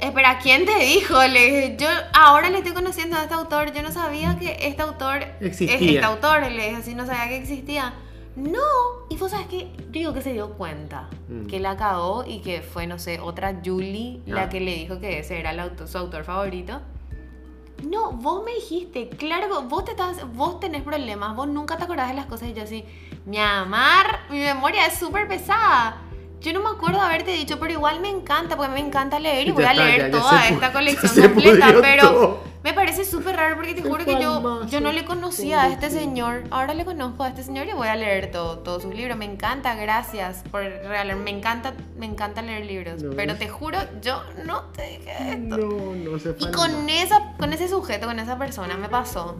Speaker 1: Espera, ¿quién te dijo? Le dije, yo ahora le estoy conociendo a este autor. Yo no sabía que este autor
Speaker 2: Existía.
Speaker 1: es este autor. Le dije así, no sabía que existía. No, y vos sabes que digo que se dio cuenta
Speaker 2: Mm.
Speaker 1: que la cagó y que fue, no sé, otra Julie
Speaker 2: Ah.
Speaker 1: la que le dijo que ese era el auto- su autor favorito. No, vos me dijiste, claro, vos te estás, vos tenés problemas, vos nunca te acordás de las cosas y yo así, mi amar, mi memoria es súper pesada. Yo no me acuerdo haberte dicho, pero igual me encanta, porque me encanta leer y
Speaker 2: Ya
Speaker 1: voy a
Speaker 2: está,
Speaker 1: leer
Speaker 2: ya- ya
Speaker 1: toda
Speaker 2: se pu-
Speaker 1: esta colección
Speaker 2: se
Speaker 1: completa,
Speaker 2: pudrió
Speaker 1: pero
Speaker 2: todo.
Speaker 1: me parece súper raro porque te
Speaker 2: El
Speaker 1: juro que yo,
Speaker 2: palmazo.
Speaker 1: yo no le conocía a este señor, ahora le conozco a este señor y voy a leer todo, todos sus libros, me encanta, gracias por regalarme, me encanta, me encanta leer libros,
Speaker 2: No,
Speaker 1: pero
Speaker 2: es-
Speaker 1: te juro, yo no te dije esto.
Speaker 2: No, no se
Speaker 1: Y
Speaker 2: falta.
Speaker 1: con, esa, con ese sujeto, con esa persona, me pasó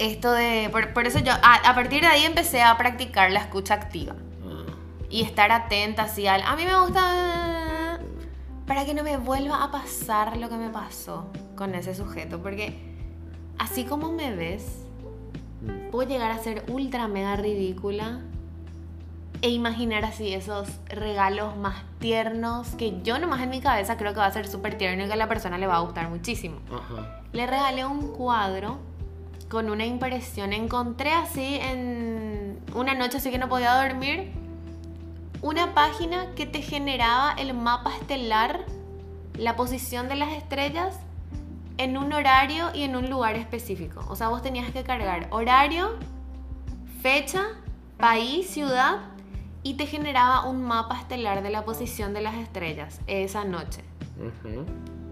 Speaker 1: esto de... Por, por eso yo, a, a partir de ahí empecé a practicar la escucha activa.
Speaker 2: Ah,
Speaker 1: Y estar atenta así al... A mí me gusta... Para que no me vuelva a pasar lo que me pasó con ese sujeto. Porque así como me ves,
Speaker 2: Mm.
Speaker 1: puedo llegar a ser ultra mega ridícula e imaginar así esos regalos más tiernos que yo nomás en mi cabeza creo que va a ser súper tierno y que a la persona le va a gustar muchísimo.
Speaker 2: mm, Ajá.
Speaker 1: Le regalé un cuadro con una impresión. Encontré así en una noche así que no podía dormir una página que te generaba el mapa estelar, la posición de las estrellas en un horario y en un lugar específico. O sea, vos tenías que cargar horario, fecha, país, ciudad y te generaba un mapa estelar de la posición de las estrellas esa noche.
Speaker 2: Ajá.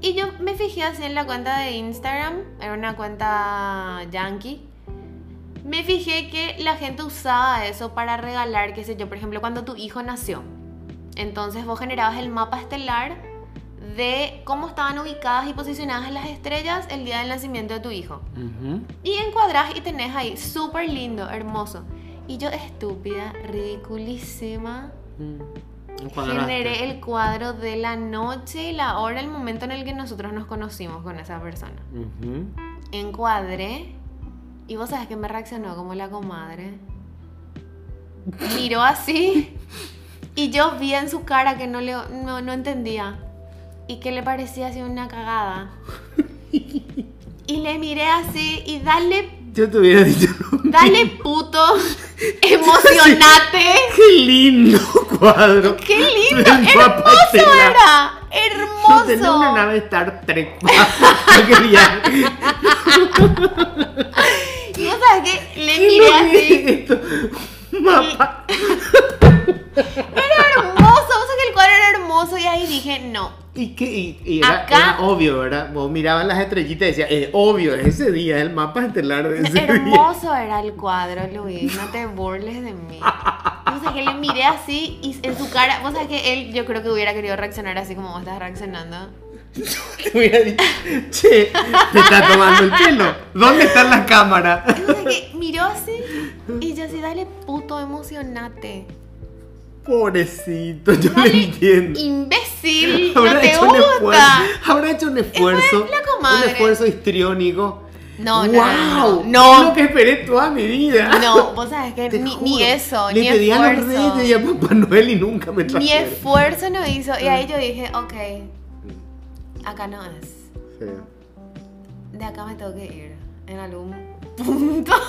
Speaker 1: Y yo me fijé así en la cuenta de Instagram, era una cuenta yankee. Me fijé que la gente usaba eso para regalar, qué sé yo, por ejemplo, cuando tu hijo nació. Entonces vos generabas el mapa estelar de cómo estaban ubicadas y posicionadas las estrellas el día del nacimiento de tu hijo.
Speaker 2: Ujú.
Speaker 1: Y encuadrás y tenés ahí, súper lindo, hermoso. Y yo estúpida, ridiculísima,
Speaker 2: Mm.
Speaker 1: generé el cuadro de la noche y la hora, el momento en el que nosotros nos conocimos con esa persona.
Speaker 2: Ujú.
Speaker 1: Encuadré y vos sabés que me reaccionó como la comadre. Miró así y yo vi en su cara que no, le, no, no entendía y que le parecía así una cagada. Y le miré así y dale,
Speaker 2: Yo te hubiera dicho.
Speaker 1: dale puto, emocionate.
Speaker 2: ¡Qué lindo cuadro!
Speaker 1: ¡Qué lindo!
Speaker 2: Del mapa
Speaker 1: ¡Hermoso
Speaker 2: estelar.
Speaker 1: era!
Speaker 2: Yo tenía una
Speaker 1: ¡Hermoso!
Speaker 2: nave Star Trek. Yo quería-
Speaker 1: Y vos sabés que le
Speaker 2: ¿Qué
Speaker 1: miré
Speaker 2: lo
Speaker 1: así.
Speaker 2: que es esto? Un Mapa.
Speaker 1: ¡Era hermoso! Vos sabés que el cuadro era hermoso y ahí dije, no.
Speaker 2: Y, que, y, y era,
Speaker 1: Acá-
Speaker 2: era obvio, ¿verdad? Vos mirabas las estrellitas y decías, es obvio, es ese día, es el mapa estelar de ese día.
Speaker 1: Hermoso era el cuadro, Luis. No te burles de mí. Vos sabés que le miré así y en su cara. Vos sabés que él, yo creo que hubiera querido reaccionar así como vos estás reaccionando.
Speaker 2: Te hubiera dicho, che, te está tomando el pelo. ¿Dónde está la cámara?
Speaker 1: Y vos sabés que miró así y yo así, dale puto, emocionate.
Speaker 2: Pobrecito, yo lo
Speaker 1: Dale,
Speaker 2: entiendo.
Speaker 1: Imbécil, no
Speaker 2: Habrá
Speaker 1: te
Speaker 2: hecho un esfuerzo.
Speaker 1: gusta.
Speaker 2: Habrá hecho un esfuerzo.
Speaker 1: la comadre.
Speaker 2: Un esfuerzo histriónico.
Speaker 1: No, no, no, no,
Speaker 2: wow,
Speaker 1: no.
Speaker 2: Es lo que esperé toda mi vida.
Speaker 1: No, vos sabes que
Speaker 2: Te
Speaker 1: ni,
Speaker 2: juro.
Speaker 1: ni eso,
Speaker 2: Le
Speaker 1: ni
Speaker 2: pedí a los
Speaker 1: esfuerzo.
Speaker 2: reyes y a Papá Noel y nunca me
Speaker 1: Ni
Speaker 2: trajeron.
Speaker 1: esfuerzo no hizo. Y
Speaker 2: Mm.
Speaker 1: ahí yo dije, ok, acá no es.
Speaker 2: Sí.
Speaker 1: ¿Eh? De acá me tengo que ir en algún punto.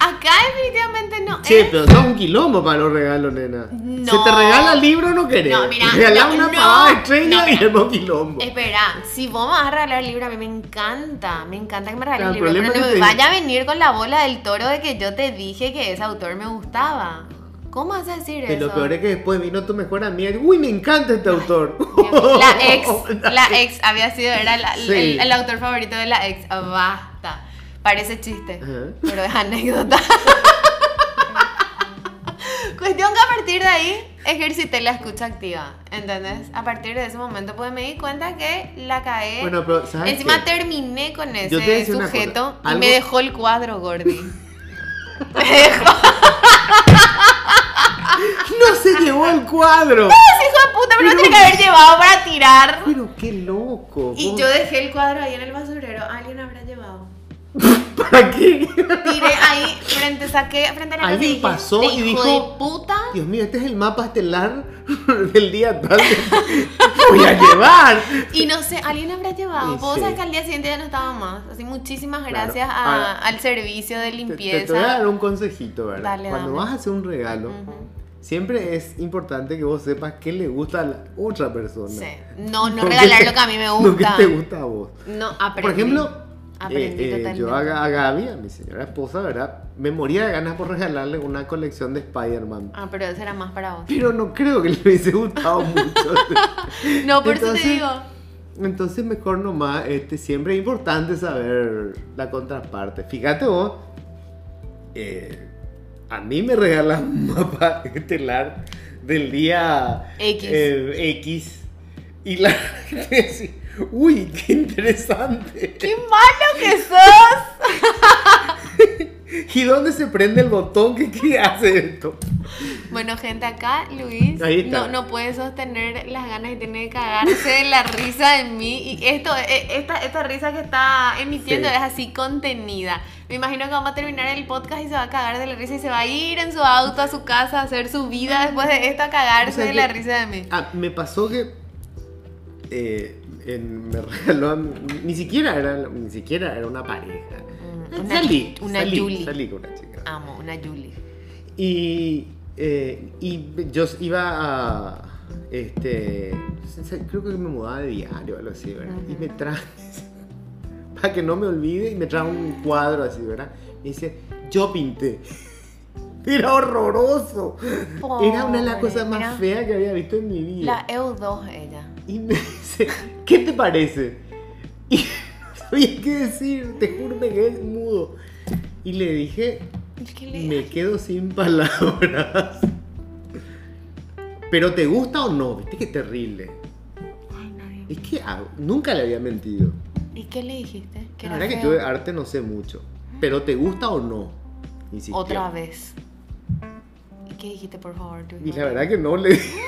Speaker 1: Acá definitivamente no Eh,
Speaker 2: Che,
Speaker 1: es.
Speaker 2: pero sos un quilombo para los regalos, nena.
Speaker 1: No.
Speaker 2: Se te regala el libro no querés.
Speaker 1: No, mira,
Speaker 2: Regalá
Speaker 1: no,
Speaker 2: una
Speaker 1: no,
Speaker 2: pavada estrella
Speaker 1: no,
Speaker 2: y
Speaker 1: mira.
Speaker 2: es un quilombo.
Speaker 1: Espera, si vos me vas a regalar el libro, a mí me encanta, me encanta que me regales el
Speaker 2: Claro, el
Speaker 1: libro, pero
Speaker 2: problema
Speaker 1: no me
Speaker 2: es que te-
Speaker 1: vaya a venir con la bola del toro de que yo te dije que ese autor me gustaba. ¿Cómo vas a decir
Speaker 2: Pero
Speaker 1: eso?
Speaker 2: lo peor es que después vino tu mejor amiga y uy, me encanta este autor.
Speaker 1: La ex, la ex había sido, era la-
Speaker 2: Sí.
Speaker 1: el, el autor favorito de la ex. Ah, Basta. Parece chiste,
Speaker 2: Ajá.
Speaker 1: pero es anécdota. Cuestión que a partir de ahí ejercité la escucha activa, ¿entendés? A partir de ese momento, pues me di cuenta que la cagué.
Speaker 2: Bueno, pero ¿sabes
Speaker 1: Encima
Speaker 2: qué?
Speaker 1: terminé con
Speaker 2: te voy a
Speaker 1: ese
Speaker 2: decir una
Speaker 1: sujeto
Speaker 2: cosa,
Speaker 1: y
Speaker 2: algo-
Speaker 1: me dejó el cuadro, Gordy. me dejó.
Speaker 2: No se llevó el cuadro.
Speaker 1: ese hijo de puta, pero lo tiene que haber llevado para tirar.
Speaker 2: Pero qué loco.
Speaker 1: Y
Speaker 2: vos-
Speaker 1: yo dejé el cuadro ahí en el basurero. Alguien habrá llevado.
Speaker 2: ¿Para qué?
Speaker 1: Tiré ahí, frente, saqué frente a la
Speaker 2: Alguien
Speaker 1: casa
Speaker 2: pasó
Speaker 1: dije,
Speaker 2: y
Speaker 1: "Hijo
Speaker 2: dijo-
Speaker 1: de puta.
Speaker 2: Dios mío, este es el mapa estelar del día tal. Voy a llevar.
Speaker 1: Y no sé, alguien habrá llevado.
Speaker 2: Y
Speaker 1: Vos
Speaker 2: sí.
Speaker 1: sabés que al día siguiente ya no estaba más. Así, muchísimas
Speaker 2: Claro.
Speaker 1: gracias a-
Speaker 2: Ahora,
Speaker 1: al servicio de
Speaker 2: Te,
Speaker 1: limpieza.
Speaker 2: te- te voy a dar un consejito, ¿verdad?
Speaker 1: Dale,
Speaker 2: Cuando
Speaker 1: dame.
Speaker 2: vas a hacer un regalo,
Speaker 1: Ujú.
Speaker 2: siempre es importante que vos sepas qué le gusta a la otra persona.
Speaker 1: Sí. No, no
Speaker 2: qué
Speaker 1: regalar
Speaker 2: te-
Speaker 1: lo que a mí me
Speaker 2: No qué
Speaker 1: gusta.
Speaker 2: te gusta a vos.
Speaker 1: No, aprendí.
Speaker 2: Por ejemplo,
Speaker 1: aprendí
Speaker 2: eh, eh,
Speaker 1: totalmente.
Speaker 2: yo a, Ga- a Gaby, a mi señora esposa, ¿verdad? Me moría de ganas por regalarle una colección de Spider-Man.
Speaker 1: Ah, pero eso era más para vos.
Speaker 2: Pero no creo que le hubiese gustado mucho.
Speaker 1: No, por eso
Speaker 2: Entonces-
Speaker 1: te digo.
Speaker 2: Entonces, mejor nomás, este, siempre es importante saber la contraparte. Fíjate vos, eh, a mí me regalan un mapa estelar del día
Speaker 1: X.
Speaker 2: eh, X. Y la gente dice, uy, qué interesante.
Speaker 1: ¡Qué malo que sos!
Speaker 2: ¿Y dónde se prende el botón? ¿Qué, qué hace esto?
Speaker 1: Bueno, gente, acá Luis
Speaker 2: Ahí está.
Speaker 1: no, no puede sostener las ganas que tiene de cagarse de la risa de mí. Y esto, e- esta, esta risa que está emitiendo
Speaker 2: Sí.
Speaker 1: es así contenida. Me imagino que vamos a terminar el podcast y se va a cagar de la risa y se va a ir en su auto a su casa a hacer su vida después de esto a cagarse
Speaker 2: O sea
Speaker 1: de la
Speaker 2: que-
Speaker 1: risa de mí.
Speaker 2: Ah, me pasó que eh, en- me regaló, a mí- ni siquiera era, ni siquiera era una pareja.
Speaker 1: Mm,
Speaker 2: salí,
Speaker 1: una
Speaker 2: salí,
Speaker 1: Julie.
Speaker 2: salí con una chica.
Speaker 1: Amo, una Julie.
Speaker 2: Y, eh, y yo iba a, este, se- creo que me mudaba de diario o algo así, ¿verdad? Y me traje, para que no me olvide, y me trajo un cuadro así, ¿verdad? Y dice, yo pinté. Era horroroso. Era una de las
Speaker 1: Pobre,
Speaker 2: cosas más
Speaker 1: mira.
Speaker 2: feas que había visto en mi
Speaker 1: La
Speaker 2: vida.
Speaker 1: EU2 ella.
Speaker 2: Y me dice, ¿qué te parece? Y no sabía qué decir, te juro me quedé mudo. Y le dije,
Speaker 1: ¿Qué le-
Speaker 2: me quedo sin palabras. Pero ¿te gusta o no? Viste que terrible.
Speaker 1: Ay, nadie.
Speaker 2: Es que ah, nunca le había mentido.
Speaker 1: ¿Y qué le dijiste? ¿Que
Speaker 2: La
Speaker 1: era
Speaker 2: verdad que
Speaker 1: feo?
Speaker 2: yo de arte no sé mucho. Pero ¿te gusta o no? Insistió.
Speaker 1: Otra vez. ¿Y qué dijiste, por favor? tu
Speaker 2: Y
Speaker 1: hijo?
Speaker 2: la verdad que no le dije.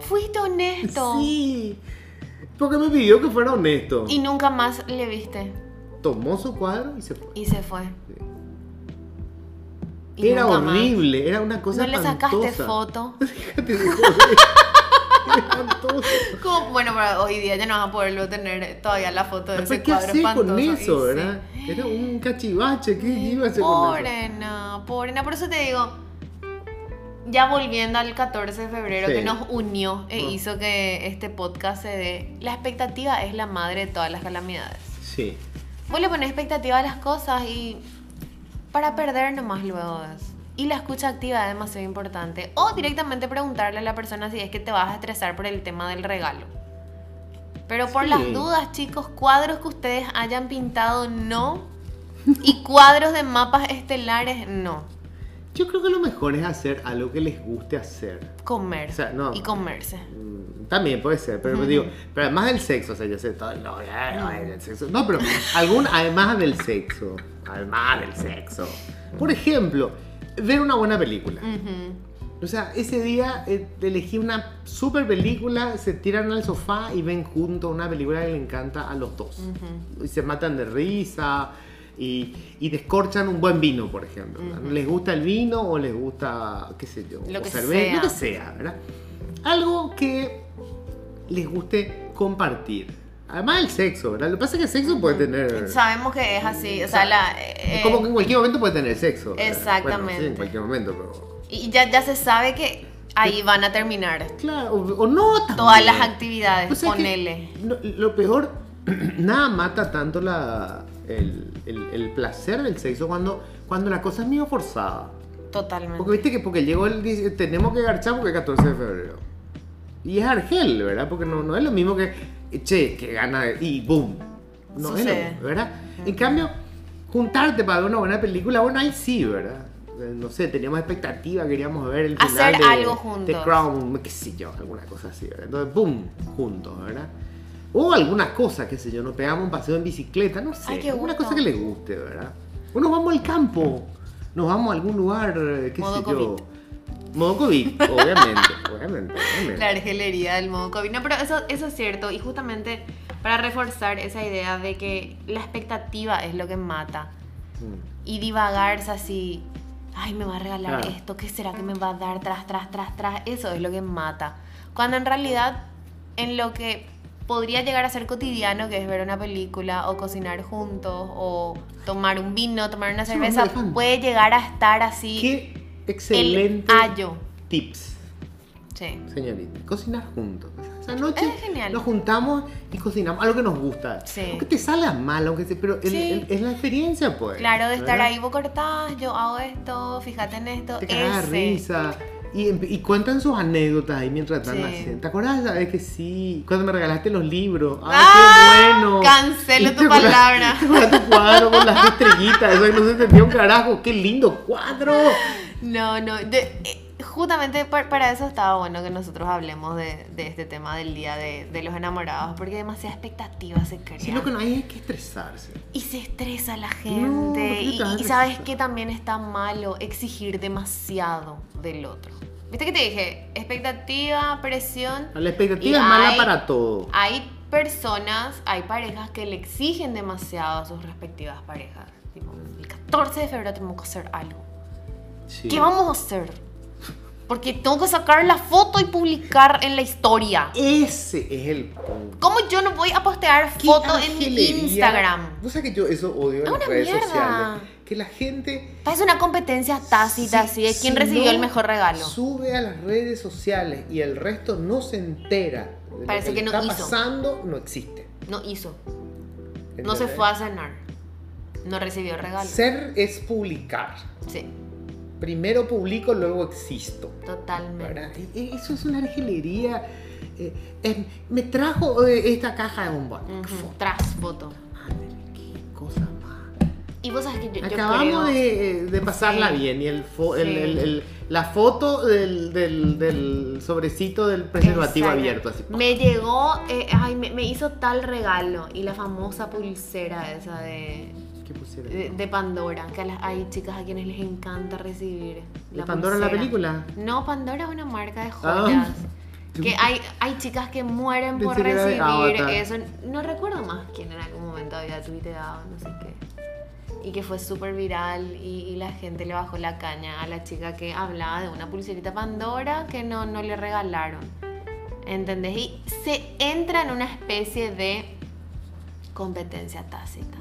Speaker 1: Fuiste honesto.
Speaker 2: Sí. Porque me pidió que fuera honesto.
Speaker 1: Y nunca más le viste.
Speaker 2: Tomó su cuadro y se fue.
Speaker 1: Y se fue. Y
Speaker 2: Era
Speaker 1: nunca más.
Speaker 2: horrible, era una cosa
Speaker 1: No le sacaste
Speaker 2: espantosa.
Speaker 1: foto.
Speaker 2: Déjate de joder. Era espantoso.
Speaker 1: ¿Cómo? Bueno, pero hoy día ya no vas a poderlo tener todavía la foto de ese
Speaker 2: ¿Qué
Speaker 1: cuadro
Speaker 2: hacía con
Speaker 1: espantoso.
Speaker 2: eso,
Speaker 1: Y sí.
Speaker 2: verdad? Era un cachivache, ¿qué iba a hacer con eso?
Speaker 1: Pobre, no, pobre, no. Por eso te digo, ya volviendo al 14 de febrero
Speaker 2: Sí.
Speaker 1: que nos unió e
Speaker 2: Mm.
Speaker 1: hizo que este podcast se dé, la expectativa es la madre de todas las calamidades.
Speaker 2: Sí.
Speaker 1: Vos le pones expectativa a las cosas y para perder nomás luego es. Y la escucha activa es demasiado importante. O directamente preguntarle a la persona si es que te vas a estresar por el tema del regalo. Pero por
Speaker 2: Sí.
Speaker 1: las dudas, chicos, cuadros que ustedes hayan pintado, no. Y cuadros de mapas estelares, no.
Speaker 2: Yo creo que lo mejor es hacer algo que les guste hacer.
Speaker 1: Comer.
Speaker 2: O sea, no.
Speaker 1: Y comerse.
Speaker 2: Mm, También puede ser, pero digo, pero además del sexo, o sea, yo sé todo, no, ya, no, el sexo, no, pero algún, además del sexo, además del sexo. Por ejemplo, ver una buena película.
Speaker 1: Ujú.
Speaker 2: O sea, ese día eh, elegí una super película, se tiran al sofá y ven juntos una película que le encanta a los dos. Y se matan de risa y, y descorchan un buen vino, por ejemplo. ¿verdad? ¿Les gusta el vino o les gusta, qué sé yo,
Speaker 1: Lo
Speaker 2: o
Speaker 1: que
Speaker 2: cerveza,
Speaker 1: sea.
Speaker 2: lo que sea, ¿verdad? Algo que les guste compartir. Además el sexo, ¿verdad? Lo que pasa es que el sexo puede tener...
Speaker 1: Sabemos que es así, o sea, la... eh,
Speaker 2: Es como que en cualquier momento puede tener sexo. ¿verdad? Bueno,
Speaker 1: Exactamente.
Speaker 2: sí, en cualquier momento, pero...
Speaker 1: Y ya, ya se sabe que ahí van a terminar
Speaker 2: Claro, o, o no también.
Speaker 1: todas las actividades,
Speaker 2: O sea Pues que
Speaker 1: ponele.
Speaker 2: no- lo peor, nada mata tanto la, el, el- el placer del sexo cuando, cuando la cosa es medio forzada.
Speaker 1: Totalmente.
Speaker 2: Porque viste que porque llegó el dice, tenemos que garchar porque es 14 de febrero. Y es Argel, ¿verdad? Porque no, no es lo mismo que che, que gana y boom. No es lo
Speaker 1: Sucede.
Speaker 2: mismo, ¿verdad? En cambio, juntarte para ver una buena película, bueno, ahí sí, ¿verdad? Eh, No sé, teníamos expectativa, queríamos ver el final
Speaker 1: Hacer
Speaker 2: de,
Speaker 1: algo
Speaker 2: de
Speaker 1: juntos.
Speaker 2: Crown, qué sé yo, alguna cosa así, ¿verdad? Entonces, boom, juntos, ¿verdad? O alguna cosa, qué sé yo, nos pegamos un paseo en bicicleta, no sé,
Speaker 1: Ay, qué
Speaker 2: alguna
Speaker 1: gusto.
Speaker 2: cosa que le guste, ¿verdad? O nos vamos al campo, nos vamos a algún lugar, eh, qué
Speaker 1: Modo
Speaker 2: sé yo. Modo COVID, obviamente, obviamente, obviamente.
Speaker 1: La argelería del modo COVID. No, pero eso, eso es cierto. Y justamente para reforzar esa idea de que la expectativa es lo que mata.
Speaker 2: Mm.
Speaker 1: Y divagarse así, ay, me va a regalar
Speaker 2: Claro.
Speaker 1: esto, ¿qué será que me va a dar tras, tras, tras, tras? Eso es lo que mata. Cuando en realidad, en lo que podría llegar a ser cotidiano, que es ver una película o cocinar juntos o tomar un vino, tomar una
Speaker 2: Sí,
Speaker 1: cerveza,
Speaker 2: un elefante.
Speaker 1: puede llegar a estar así
Speaker 2: Qué excelente
Speaker 1: el ayo.
Speaker 2: tips,
Speaker 1: Sí.
Speaker 2: señorita. Cocinar juntos. Esa noche
Speaker 1: Es genial.
Speaker 2: nos juntamos y cocinamos algo que nos gusta.
Speaker 1: Sí.
Speaker 2: Aunque te salga mal, aunque se, pero el-
Speaker 1: Sí.
Speaker 2: el- es la experiencia, pues.
Speaker 1: Claro, de estar
Speaker 2: ¿verdad?
Speaker 1: ahí, vos cortás, yo hago esto, fíjate en esto,
Speaker 2: te cagas de
Speaker 1: ese.
Speaker 2: risa. Y, em- y cuentan sus anécdotas ahí mientras están
Speaker 1: Sí.
Speaker 2: haciendo. ¿Te acuerdas la vez que sí? Cuando me regalaste los libros. ¡Ay,
Speaker 1: ¡Ah!
Speaker 2: qué bueno!
Speaker 1: Cancelo
Speaker 2: ¿Y
Speaker 1: tu
Speaker 2: te acuerdas-
Speaker 1: palabra.
Speaker 2: ¿Te acuerdas tu cuadro con las estrellitas? Eso ahí no se entendía un carajo. ¡Qué lindo cuadro!
Speaker 1: No, no, de- eh, justamente par- para eso estaba bueno que nosotros hablemos de, de este tema del día de, de los enamorados, porque demasiada expectativa se crea.
Speaker 2: Si lo que no hay es que estresarse.
Speaker 1: Y se estresa la
Speaker 2: No, ¿por
Speaker 1: gente.
Speaker 2: qué
Speaker 1: y-
Speaker 2: te vas a
Speaker 1: y, sabes
Speaker 2: estresar?
Speaker 1: que también está malo exigir demasiado del otro. ¿Viste que te dije? Expectativa, presión.
Speaker 2: La expectativa
Speaker 1: Y
Speaker 2: es mala
Speaker 1: hay-
Speaker 2: para todo.
Speaker 1: Hay personas, hay parejas que le exigen demasiado a sus respectivas parejas. Tipo, el 14 de febrero tenemos que hacer algo.
Speaker 2: Sí.
Speaker 1: ¿Qué vamos a hacer? Porque tengo que sacar la foto y publicar en la historia.
Speaker 2: Ese es el punto.
Speaker 1: ¿Cómo yo no voy a postear
Speaker 2: Qué
Speaker 1: foto en mi
Speaker 2: angelería.
Speaker 1: Instagram?
Speaker 2: ¿Vos sabés que yo eso odio
Speaker 1: Es
Speaker 2: en
Speaker 1: una
Speaker 2: las redes
Speaker 1: mierda.
Speaker 2: sociales? Que la gente
Speaker 1: Es una competencia tácita, así
Speaker 2: Sí,
Speaker 1: de quién
Speaker 2: si
Speaker 1: recibió
Speaker 2: no
Speaker 1: el mejor regalo.
Speaker 2: Sube a las redes sociales y el resto no se entera. de lo
Speaker 1: Parece que
Speaker 2: le
Speaker 1: no
Speaker 2: está
Speaker 1: hizo.
Speaker 2: pasando, no existe.
Speaker 1: No hizo. No
Speaker 2: ¿entendés?
Speaker 1: se fue a cenar. No recibió regalo.
Speaker 2: Ser es publicar.
Speaker 1: Sí,
Speaker 2: Primero publico, luego existo.
Speaker 1: totalmente.
Speaker 2: ¿verdad? E- e- Eso es una argelería. Eh, em, me trajo eh, esta caja de bombones.
Speaker 1: Ujú,
Speaker 2: Qué foto,
Speaker 1: Tras foto.
Speaker 2: madre, qué cosa más.
Speaker 1: Y vos sabes que yo, yo creo-
Speaker 2: Acabamos de, eh, de pasarla
Speaker 1: Sí.
Speaker 2: bien y el fo- el-
Speaker 1: Sí.
Speaker 2: el- el- la foto del, del- del sobrecito del preservativo
Speaker 1: Exacto.
Speaker 2: abierto. Así.
Speaker 1: Me llegó, eh, ay, me, me hizo tal regalo y la famosa pulsera esa de,
Speaker 2: ¿Qué pusieron?
Speaker 1: de, de Pandora, que a las, hay chicas a quienes les encanta recibir.
Speaker 2: ¿De Pandora la
Speaker 1: pulsera.
Speaker 2: película?
Speaker 1: No, Pandora es una marca de
Speaker 2: Ah.
Speaker 1: joyas. Que hay, hay chicas que mueren por
Speaker 2: Pensé que era de
Speaker 1: recibir
Speaker 2: Avatar.
Speaker 1: eso. No recuerdo más quién en algún momento había tuiteado, no sé qué. Y que fue súper viral y, y la gente le bajó la caña a la chica que hablaba de una pulserita Pandora que no, no le regalaron. ¿Entendés? Y se entra en una especie de competencia tácita.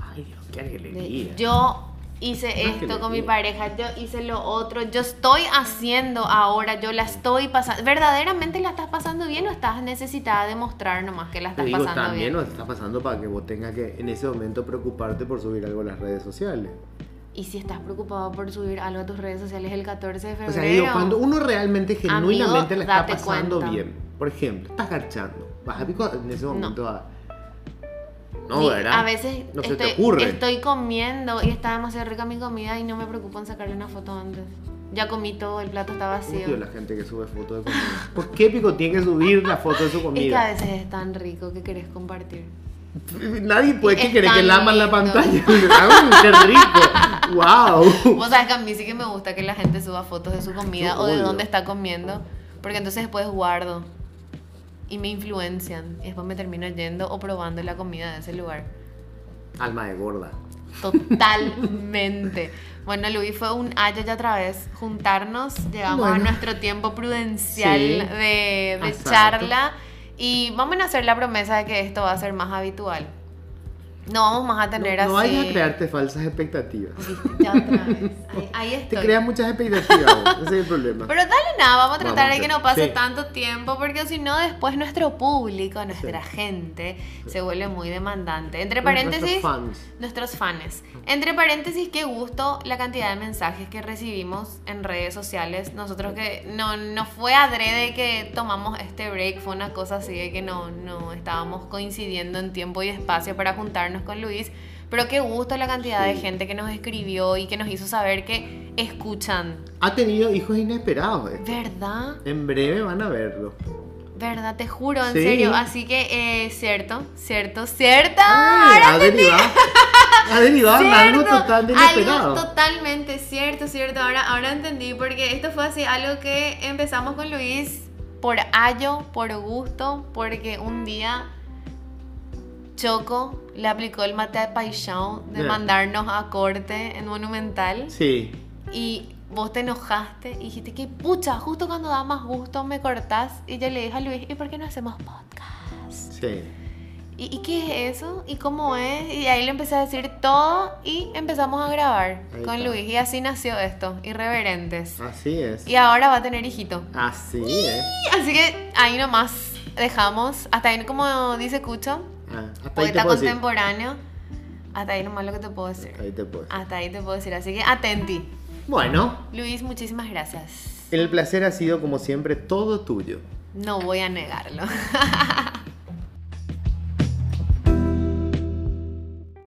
Speaker 2: Ay, Dios, qué
Speaker 1: De,
Speaker 2: alegría.
Speaker 1: yo hice
Speaker 2: Más que
Speaker 1: esto con mi
Speaker 2: elegir.
Speaker 1: pareja, yo hice lo otro, yo estoy haciendo ahora, yo la estoy pasando. ¿Verdaderamente la estás pasando bien o estás necesitada de mostrar nomás que la
Speaker 2: Te
Speaker 1: estás
Speaker 2: digo,
Speaker 1: pasando bien?
Speaker 2: también nos está pasando para que vos tengas que en ese momento preocuparte por subir algo a las redes sociales.
Speaker 1: Y si estás preocupado por subir algo a tus redes sociales el 14 de
Speaker 2: O
Speaker 1: febrero.
Speaker 2: sea, digo, cuando uno realmente, genuinamente la está
Speaker 1: date
Speaker 2: pasando
Speaker 1: cuenta.
Speaker 2: bien. Por ejemplo, estás garchando. Vas a pico en ese momento a. No,
Speaker 1: Ni-
Speaker 2: ¿verdad?
Speaker 1: A veces
Speaker 2: No se
Speaker 1: estoy,
Speaker 2: te ocurre.
Speaker 1: estoy comiendo y está demasiado rica mi comida y no me preocupo en sacarle una foto antes. Ya comí todo, el plato está vacío.
Speaker 2: Odio la gente que sube fotos de comida. ¿Por qué Pico tiene que subir la foto de su
Speaker 1: Es que a
Speaker 2: comida?
Speaker 1: veces es tan rico que querés compartir.
Speaker 2: Nadie puede que
Speaker 1: Es
Speaker 2: cree que
Speaker 1: tan
Speaker 2: laman la
Speaker 1: lindo.
Speaker 2: pantalla. ¡Ah, ¡Qué rico! ¡Wow!
Speaker 1: Vos sabés que a mí sí que me gusta que la gente suba fotos de su comida
Speaker 2: Yo
Speaker 1: o de
Speaker 2: odio.
Speaker 1: dónde está comiendo, porque entonces después guardo y me influencian y después me termino yendo o probando la comida de ese lugar.
Speaker 2: Alma de gorda.
Speaker 1: Totalmente. Bueno, Luis, fue un año ya otra vez juntarnos, llegamos a
Speaker 2: Bueno.
Speaker 1: nuestro tiempo prudencial
Speaker 2: Sí.
Speaker 1: de, de
Speaker 2: Exacto.
Speaker 1: charla Y vamos a hacer la promesa de que esto va a ser más habitual. No vamos más a tener
Speaker 2: no, no
Speaker 1: así.
Speaker 2: vayas a crearte falsas expectativas.
Speaker 1: Viste, Ya otra vez. Ahí, ahí
Speaker 2: Te
Speaker 1: estoy.
Speaker 2: creas muchas expectativas, vos, ese es el problema.
Speaker 1: Pero dale nada, vamos a tratar
Speaker 2: Vamos,
Speaker 1: de que
Speaker 2: sí.
Speaker 1: no pase
Speaker 2: Sí.
Speaker 1: tanto tiempo, porque si no, después nuestro público, nuestra gente, se vuelve muy demandante. Entre paréntesis,
Speaker 2: Nuestros fans.
Speaker 1: nuestros fans. Entre paréntesis, qué gusto la cantidad de mensajes que recibimos en redes sociales. Nosotros que no, no fue adrede que tomamos este break, fue una cosa así de que no, no estábamos coincidiendo en tiempo y espacio para juntarnos con Luis. Pero qué gusto la cantidad de
Speaker 2: Sí.
Speaker 1: gente que nos escribió y que nos hizo saber que escuchan.
Speaker 2: Ha tenido hijos inesperados. eh.
Speaker 1: ¿Verdad?
Speaker 2: En breve van a verlo.
Speaker 1: ¿Verdad? Te juro, en
Speaker 2: Sí.
Speaker 1: serio. Así que, eh, cierto, cierto, cierto.
Speaker 2: Ay, ha derivado. Ha derivado en algo
Speaker 1: Cierto,
Speaker 2: totalmente
Speaker 1: algo
Speaker 2: inesperado.
Speaker 1: totalmente cierto, cierto. Ahora, ahora entendí porque esto fue así algo que empezamos con Luis por ayo, por gusto, porque un día Choco le aplicó el mate de paixão de
Speaker 2: Ya.
Speaker 1: mandarnos a corte en Monumental
Speaker 2: Sí.
Speaker 1: y vos te enojaste y dijiste que pucha, justo cuando da más gusto me cortás y yo le dije a Luis, ¿y por qué no hacemos podcast?
Speaker 2: Sí.
Speaker 1: ¿Y, y qué es eso? ¿Y cómo es? Y ahí le empecé a decir todo y empezamos a grabar
Speaker 2: Ahí
Speaker 1: con
Speaker 2: está.
Speaker 1: Luis. Y así nació esto, Irreverentes.
Speaker 2: Así es.
Speaker 1: Y ahora va a tener hijito.
Speaker 2: Así es.
Speaker 1: Y Así que ahí nomás dejamos, hasta ahí como dice Cucho,
Speaker 2: Ah, hasta ahí te
Speaker 1: poeta
Speaker 2: puedo decir.
Speaker 1: contemporáneo, hasta ahí nomás lo que te puedo decir.
Speaker 2: Hasta ahí te puedo decir.
Speaker 1: Hasta ahí te puedo decir, así que atenti.
Speaker 2: Bueno,
Speaker 1: Luis, muchísimas gracias.
Speaker 2: el placer ha sido como siempre todo tuyo.
Speaker 1: No voy a negarlo.